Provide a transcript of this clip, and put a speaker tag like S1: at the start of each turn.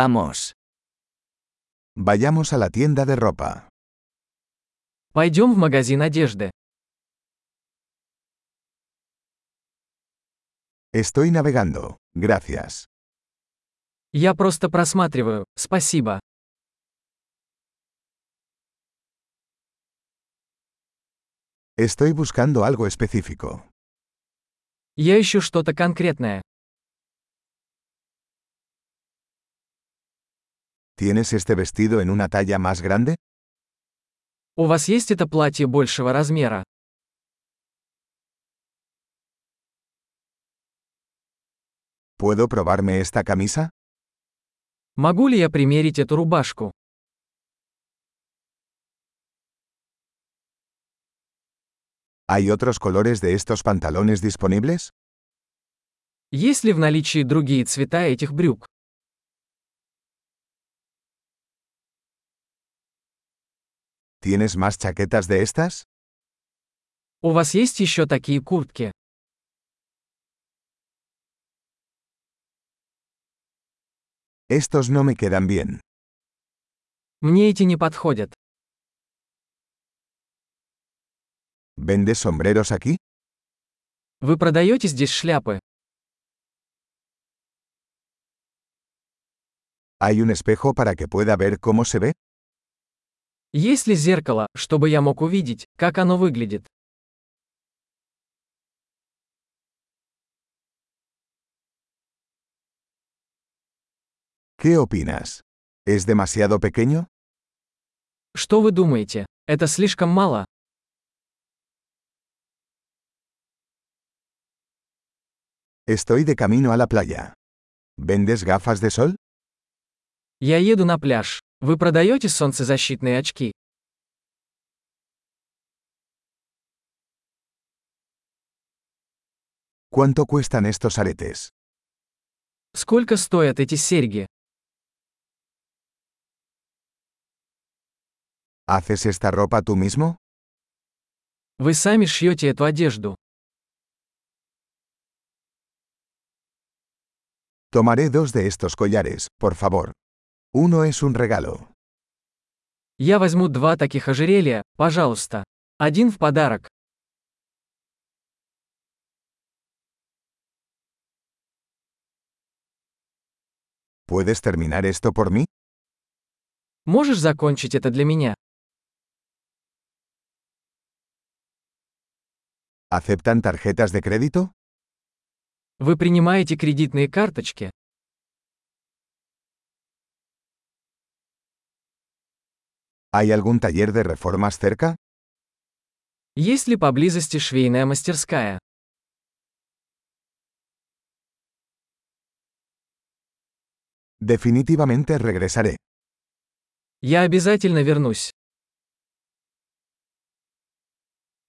S1: Vamos.
S2: Vayamos a la tienda de ropa.
S3: Пойдем в магазин одежды.
S2: Estoy navegando. Gracias.
S3: Я просто просматриваю, спасибо.
S2: Estoy buscando algo específico.
S3: Я ищу что-то конкретное.
S2: ¿Tienes este vestido en una talla más grande?
S3: У вас есть это платье большего размера?
S2: ¿Puedo probarme esta camisa?
S3: Могу ли я примерить эту рубашку?
S2: ¿Hay otros colores de estos pantalones disponibles?
S3: Есть ли в наличии другие цвета этих брюк?
S2: ¿Tienes más chaquetas de estas?
S3: У вас есть еще такие куртки?
S2: Estos no me quedan bien.
S3: Мне эти не подходят.
S2: ¿Vendes sombreros aquí?
S3: Вы продаете здесь шляпы?
S2: ¿Hay un espejo para que pueda ver cómo se ve?
S3: Есть ли зеркало, чтобы я мог увидеть, как оно выглядит?
S2: ¿Qué opinas? ¿Es demasiado pequeño?
S3: Что вы думаете? Это слишком мало?
S2: Estoy de camino a la playa. ¿Vendes gafas de sol?
S3: Я еду на пляж. Вы продаете солнцезащитные очки?
S2: ¿Cuánto cuestan estos aretes?
S3: Сколько стоят эти серьги?
S2: ¿Haces esta ropa tú mismo?
S3: Вы сами шьете эту одежду.
S2: Tomaré dos de estos collares, por favor. Uno es un regalo.
S3: Я возьму два таких ожерелья, пожалуйста. Один в подарок.
S2: ¿Puedes terminar esto por mí?
S3: Можешь закончить это для меня?
S2: ¿Aceptan tarjetas de crédito?
S3: Вы принимаете кредитные карточки?
S2: ¿Hay algún taller de reformas cerca?
S3: Есть ли поблизости швейная мастерская?
S2: Definitivamente regresaré.
S3: Я обязательно вернусь.